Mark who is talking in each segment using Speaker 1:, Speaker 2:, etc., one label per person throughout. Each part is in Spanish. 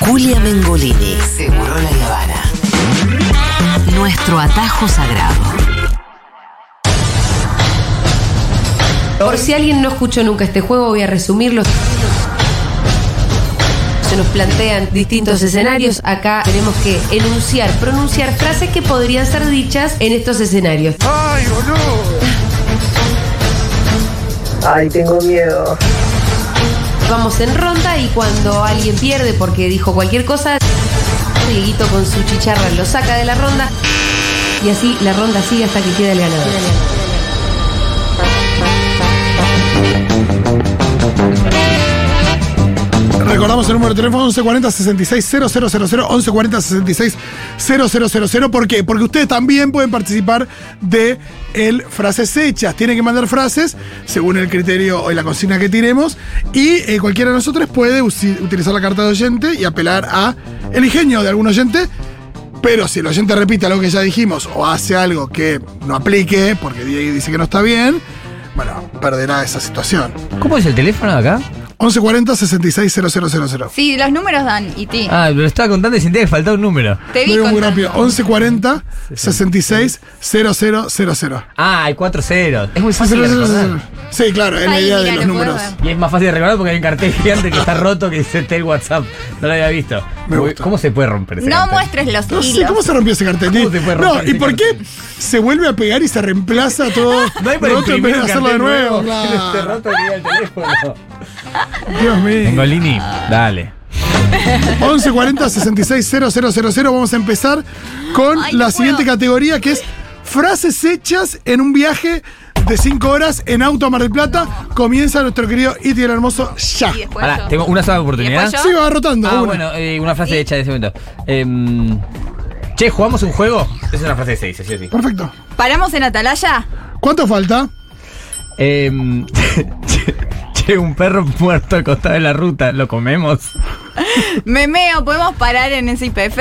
Speaker 1: Julia Mengolini. Seguro la Habana. Nuestro atajo sagrado.
Speaker 2: Por si alguien no escuchó nunca este juego, voy a resumirlo. Se nos plantean distintos escenarios. Acá tenemos que enunciar, pronunciar frases que podrían ser dichas en estos escenarios.
Speaker 3: ¡Ay, boludo!
Speaker 4: Ay, tengo miedo.
Speaker 2: Vamos en ronda y cuando alguien pierde porque dijo cualquier cosa, Dieguito con su chicharra lo saca de la ronda y así la ronda sigue hasta que queda el ganador.
Speaker 3: Recordamos el número de teléfono 1140 66 000 1140 66 000 ¿Por qué? Porque ustedes también pueden participar de el frases hechas. Tienen que mandar frases según el criterio o la consigna que tiremos. Y eh, cualquiera de nosotros puede usi- utilizar la carta de oyente y apelar a el ingenio de algún oyente. Pero si el oyente repite algo que ya dijimos o hace algo que no aplique, porque Diego dice que no está bien, bueno, perderá esa situación.
Speaker 5: ¿Cómo es el teléfono acá?
Speaker 3: 1140 66 000
Speaker 6: Sí, los números dan y ti.
Speaker 5: Ah, lo estaba contando y sentía que faltaba un número.
Speaker 6: Te vi
Speaker 3: Lo digo muy
Speaker 6: contando.
Speaker 3: rápido. 1140 66 0000.
Speaker 5: Ah, hay cuatro ceros. Es muy fácil de recordar.
Speaker 3: Sí, claro, es la
Speaker 6: Ahí,
Speaker 3: idea de
Speaker 6: mira,
Speaker 3: los
Speaker 6: lo puedo
Speaker 3: números.
Speaker 6: ver.
Speaker 5: Y es más fácil de recordar porque hay un cartel gigante que está roto que dice Tel WhatsApp. No lo había visto.
Speaker 3: Me
Speaker 5: Uy,
Speaker 3: gusta.
Speaker 5: ¿Cómo se puede romper ese
Speaker 6: No
Speaker 5: cartel?
Speaker 6: muestres los
Speaker 3: No sé
Speaker 6: hilos.
Speaker 3: cómo se rompió ese cartel.
Speaker 5: ¿Cómo se puede
Speaker 3: no,
Speaker 5: romper
Speaker 3: ¿y
Speaker 5: ese
Speaker 3: por qué
Speaker 5: cartel?
Speaker 3: se vuelve a pegar y se reemplaza todo?
Speaker 5: No hay para
Speaker 3: roto en vez
Speaker 5: imprimir
Speaker 3: de
Speaker 5: un
Speaker 3: hacerlo de nuevo.
Speaker 5: cartel nuevo. Este
Speaker 3: Claro.
Speaker 5: roto que diga el teléfono.
Speaker 3: Dios mío.
Speaker 5: Mengolini, dale.
Speaker 3: 1140 66 000. Vamos a empezar con
Speaker 6: Ay, no
Speaker 3: la
Speaker 6: puedo.
Speaker 3: siguiente categoría que es frases hechas en un viaje de 5 horas en auto a Mar del Plata. Comienza nuestro querido Iti el Hermoso ya.
Speaker 6: Y después
Speaker 5: Pará,
Speaker 6: yo.
Speaker 5: tengo una sola oportunidad.
Speaker 6: ¿Y después
Speaker 3: Sí, va rotando.
Speaker 5: Ah,
Speaker 3: una.
Speaker 5: bueno, eh, una frase hecha de ese momento. Em, che, ¿jugamos un juego? Es una frase que se dice, sí o sí.
Speaker 3: Perfecto.
Speaker 6: ¿Paramos en Atalaya?
Speaker 3: ¿Cuánto falta?
Speaker 5: Em, che, che, un perro muerto al costado de la ruta, ¿lo comemos?
Speaker 6: Memeo, podemos parar en ese IPF.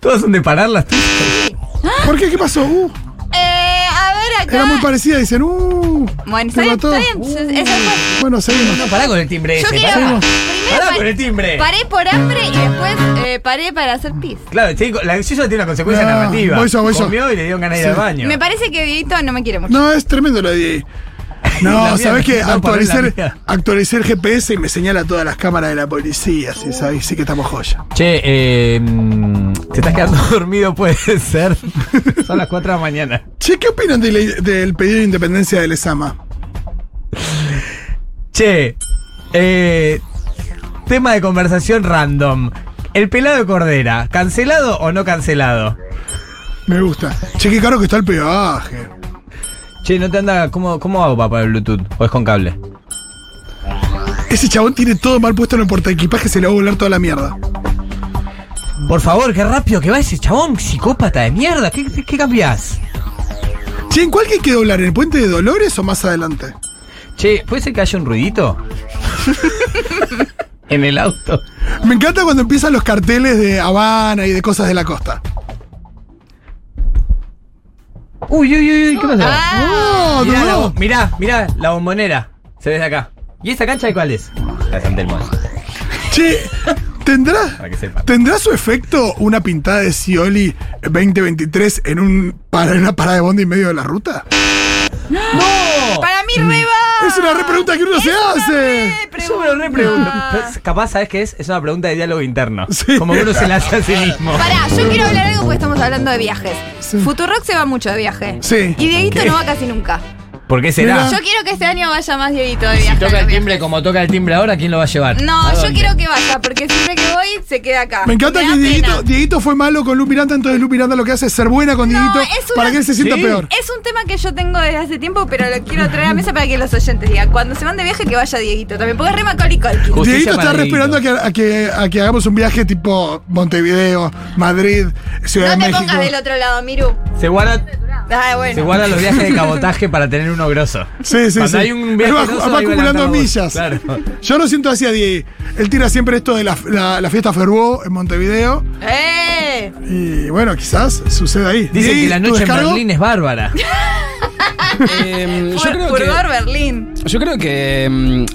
Speaker 5: Todas son de parar las tuyas.
Speaker 3: ¿Por qué? ¿Qué pasó? Uh,
Speaker 6: Eh, a ver acá.
Speaker 3: era muy parecida, dicen. Uh,
Speaker 6: Bueno, está
Speaker 3: me
Speaker 6: bien,
Speaker 3: mató. Uh.
Speaker 6: está bien. pues, Eso fue.
Speaker 3: Bueno, seguimos.
Speaker 5: No, pará con el timbre
Speaker 6: Yo
Speaker 5: ese.
Speaker 6: quiero.
Speaker 5: pará.
Speaker 6: Primero
Speaker 5: Pará
Speaker 6: pa-
Speaker 5: con el timbre.
Speaker 6: Paré por hambre y
Speaker 3: Mm.
Speaker 6: después eh, paré para hacer pis.
Speaker 5: Claro, chico, la eso tiene una consecuencia
Speaker 3: No,
Speaker 5: narrativa.
Speaker 3: Ah, voy yo, voy yo.
Speaker 5: Comió y le dieron ganas de ir
Speaker 3: Sí.
Speaker 5: al baño.
Speaker 6: Me parece que Dieguito no me quiere mucho.
Speaker 3: No, es tremendo lo de No,
Speaker 5: La mía,
Speaker 3: ¿sabés qué?
Speaker 5: no, poné la
Speaker 3: Actualicé,
Speaker 5: mía.
Speaker 3: actualicé el GPS y me señala todas las cámaras de la policía. Sí, ¿sabés? sí que estamos joya.
Speaker 5: Che, eh, mm, te estás quedando dormido, puede ser. Son las 4 de la mañana.
Speaker 3: Che, ¿qué opinan de la- del pedido de independencia de Lesama?
Speaker 5: Che, eh, tema de conversación random. El pelado de Cordera, ¿cancelado o no cancelado?
Speaker 3: Me gusta. Che, qué caro que está el peaje.
Speaker 5: Che, no te anda. ¿Cómo, cómo hago para poner Bluetooth? ¿O es con cable?
Speaker 3: Ese chabón tiene todo mal puesto en el portaequipaje, se le va a volar toda la mierda.
Speaker 5: Por favor, qué rápido que va ese chabón, psicópata de mierda. ¿Qué, qué, qué cambiás?
Speaker 3: Che, ¿en cuál que hay que doblar? ¿En el puente de Dolores o más adelante?
Speaker 5: Che, ¿puede ser que haya un ruidito? en el auto.
Speaker 3: Me encanta cuando empiezan los carteles de Habana y de cosas de la costa.
Speaker 5: Uy, uy, uy, uy, ¿qué pasó?
Speaker 6: Ah,
Speaker 3: Oh,
Speaker 5: mirá, la,
Speaker 3: no.
Speaker 5: bo- mirá, mirá, la bombonera. Se ve desde acá. ¿Y esta cancha de cuál es? La de San Telmo.
Speaker 3: Che, ¿tendrá,
Speaker 5: Para que sepan.
Speaker 3: ¿tendrá su efecto una pintada de Scioli 2023 en, un, para, en una parada de bondi en medio de la ruta?
Speaker 5: ¡No!
Speaker 6: para mí reba.
Speaker 3: Mm. Es una re pregunta que uno se hace.
Speaker 5: Yo me lo re pregunto. Pero Capaz, ¿sabes qué es? Es una pregunta de diálogo interno.
Speaker 3: Ah. Sí.
Speaker 5: Como que uno se la hace a sí mismo.
Speaker 6: Pará, yo quiero hablar algo porque estamos hablando de viajes.
Speaker 3: Sí.
Speaker 6: Futurock se va mucho de viaje.
Speaker 3: Sí.
Speaker 6: Y Dieguito
Speaker 5: ¿Qué?
Speaker 6: no va casi nunca.
Speaker 5: ¿Por qué
Speaker 3: será?
Speaker 5: será?
Speaker 3: Mirá.
Speaker 6: Yo quiero que este año vaya más Dieguito de viaje.
Speaker 5: Si toca
Speaker 6: a
Speaker 5: el
Speaker 6: los
Speaker 5: timbre como toca el timbre ahora, ¿quién lo va a llevar?
Speaker 6: viajes. No, yo quiero que vaya, porque siempre que voy se queda acá.
Speaker 3: Me encanta
Speaker 6: da
Speaker 3: que Dieguito,
Speaker 6: pena.
Speaker 3: Dieguito fue malo con Lu Miranda, entonces Lu Miranda lo que hace es ser buena con
Speaker 6: No,
Speaker 3: Dieguito
Speaker 6: es una-
Speaker 3: para que él se sienta
Speaker 5: Sí.
Speaker 3: peor.
Speaker 6: Es un tema que yo tengo desde hace tiempo, pero lo quiero traer a mesa para que los oyentes digan. Cuando se van de viaje, que vaya Dieguito también, porque es re Macaulay Culkin.
Speaker 5: Justicia
Speaker 3: Dieguito está
Speaker 5: para
Speaker 3: re
Speaker 5: Dieguito.
Speaker 3: esperando a que, a, que, a que hagamos un viaje tipo Montevideo, Madrid, Ciudad
Speaker 6: No
Speaker 3: de
Speaker 6: te
Speaker 3: México.
Speaker 6: pongas del otro lado, Miru.
Speaker 5: Se guarda,
Speaker 6: Ah,
Speaker 5: se
Speaker 6: bueno.
Speaker 5: guarda los viajes de cabotaje para tener uno grosso.
Speaker 3: Sí, sí,
Speaker 5: Cuando
Speaker 3: sí.
Speaker 5: hay un viaje
Speaker 3: Él va,
Speaker 5: grosso,
Speaker 3: va
Speaker 5: ahí va
Speaker 3: acumulando
Speaker 5: levantando
Speaker 3: millas.
Speaker 5: voz. Claro.
Speaker 3: Yo lo siento así a Diego. Él tira siempre esto de la, la- la fiesta Fervó en Montevideo.
Speaker 6: ¡Eh!
Speaker 3: Y bueno, quizás suceda ahí.
Speaker 5: Dicen
Speaker 3: Diego,
Speaker 5: que la
Speaker 3: ¿tu
Speaker 5: noche en
Speaker 3: descargo?
Speaker 5: Berlín es bárbara.
Speaker 7: Em, yo, creo
Speaker 6: Purgar
Speaker 7: que,
Speaker 6: Berlín.
Speaker 7: yo creo que em,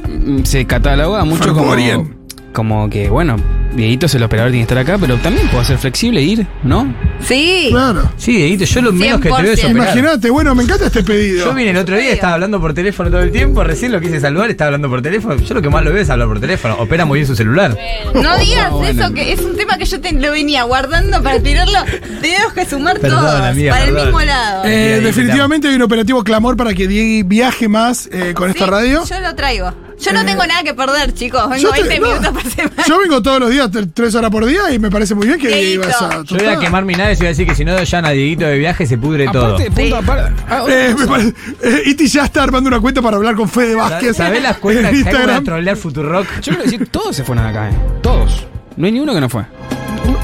Speaker 7: se cataloga mucho como,
Speaker 3: Fervorien.
Speaker 7: como que, bueno, Dieguito es el operador, tiene que estar acá, pero también puedo ser flexible e ir, ¿no?
Speaker 6: Sí.
Speaker 3: Claro.
Speaker 5: Sí, Dieguito, yo lo menos que te veo es
Speaker 6: 100%.
Speaker 5: operar.
Speaker 3: Imagínate, bueno, me encanta este
Speaker 5: Yo
Speaker 3: pedido.
Speaker 5: vine el otro día, estaba hablando por teléfono todo el tiempo, recién lo quise saludar, estaba hablando por teléfono. Yo lo que más lo veo es hablar por teléfono, opera muy bien su celular.
Speaker 6: No digas
Speaker 7: bueno.
Speaker 6: eso, que es un tema que yo te lo venía guardando para tirarlo. Tenemos que sumar
Speaker 5: Perdón,
Speaker 6: todos
Speaker 5: amiga,
Speaker 6: para el
Speaker 5: perdón.
Speaker 6: mismo lado.
Speaker 3: Eh,
Speaker 5: Ahí, ahí,
Speaker 3: definitivamente hay un operativo clamor para que Diego viaje más eh, con esta
Speaker 6: Sí,
Speaker 3: radio.
Speaker 6: Yo lo traigo. Yo no
Speaker 3: Eh,
Speaker 6: tengo nada que perder, chicos.
Speaker 3: yo
Speaker 6: Vengo
Speaker 3: te-
Speaker 6: 20
Speaker 3: no.
Speaker 6: minutos por semana.
Speaker 3: Yo vengo todos los días, tre- tres horas por día, y me parece muy bien que
Speaker 6: Dieguito.
Speaker 3: ibas a.
Speaker 5: Yo voy a
Speaker 3: total.
Speaker 5: quemar mi nave y voy a decir que si no ya a Dieguito de viaje se pudre todo.
Speaker 7: Aparte, punto aparte. Ah,
Speaker 3: Eh, me pare- eh, Iti ya está armando una cuenta para hablar con Fede Vázquez.
Speaker 5: ¿Sabés las cuentas
Speaker 3: en
Speaker 5: que hay para
Speaker 3: Instagram?
Speaker 5: trolear Futurock?
Speaker 7: Yo quiero decir, todos se fueron acá, ¿eh? Todos. No hay ni uno que no fue.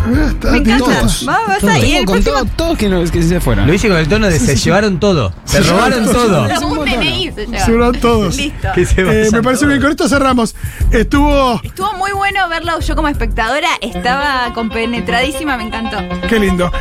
Speaker 3: Ah, está,
Speaker 6: Me
Speaker 3: Dieguito.
Speaker 6: encanta.
Speaker 7: todos.
Speaker 6: Va, vas
Speaker 7: Tengo
Speaker 6: ahí. El
Speaker 7: contado
Speaker 6: próximo
Speaker 7: todos que, no- que se fueron.
Speaker 5: Lo hice con el tono de se llevaron todo, se
Speaker 3: Se
Speaker 5: robaron
Speaker 3: llevaron
Speaker 5: todo.
Speaker 6: Pero un DNI se lleva.
Speaker 3: Se van todos.
Speaker 6: Listo.
Speaker 5: Que se
Speaker 3: Eh, me
Speaker 5: vayan
Speaker 3: parece
Speaker 5: todos.
Speaker 3: bien, con esto cerramos. Estuvo.
Speaker 6: Estuvo muy bueno verlo. Yo como espectadora estaba compenetradísima, me encantó.
Speaker 3: Qué lindo.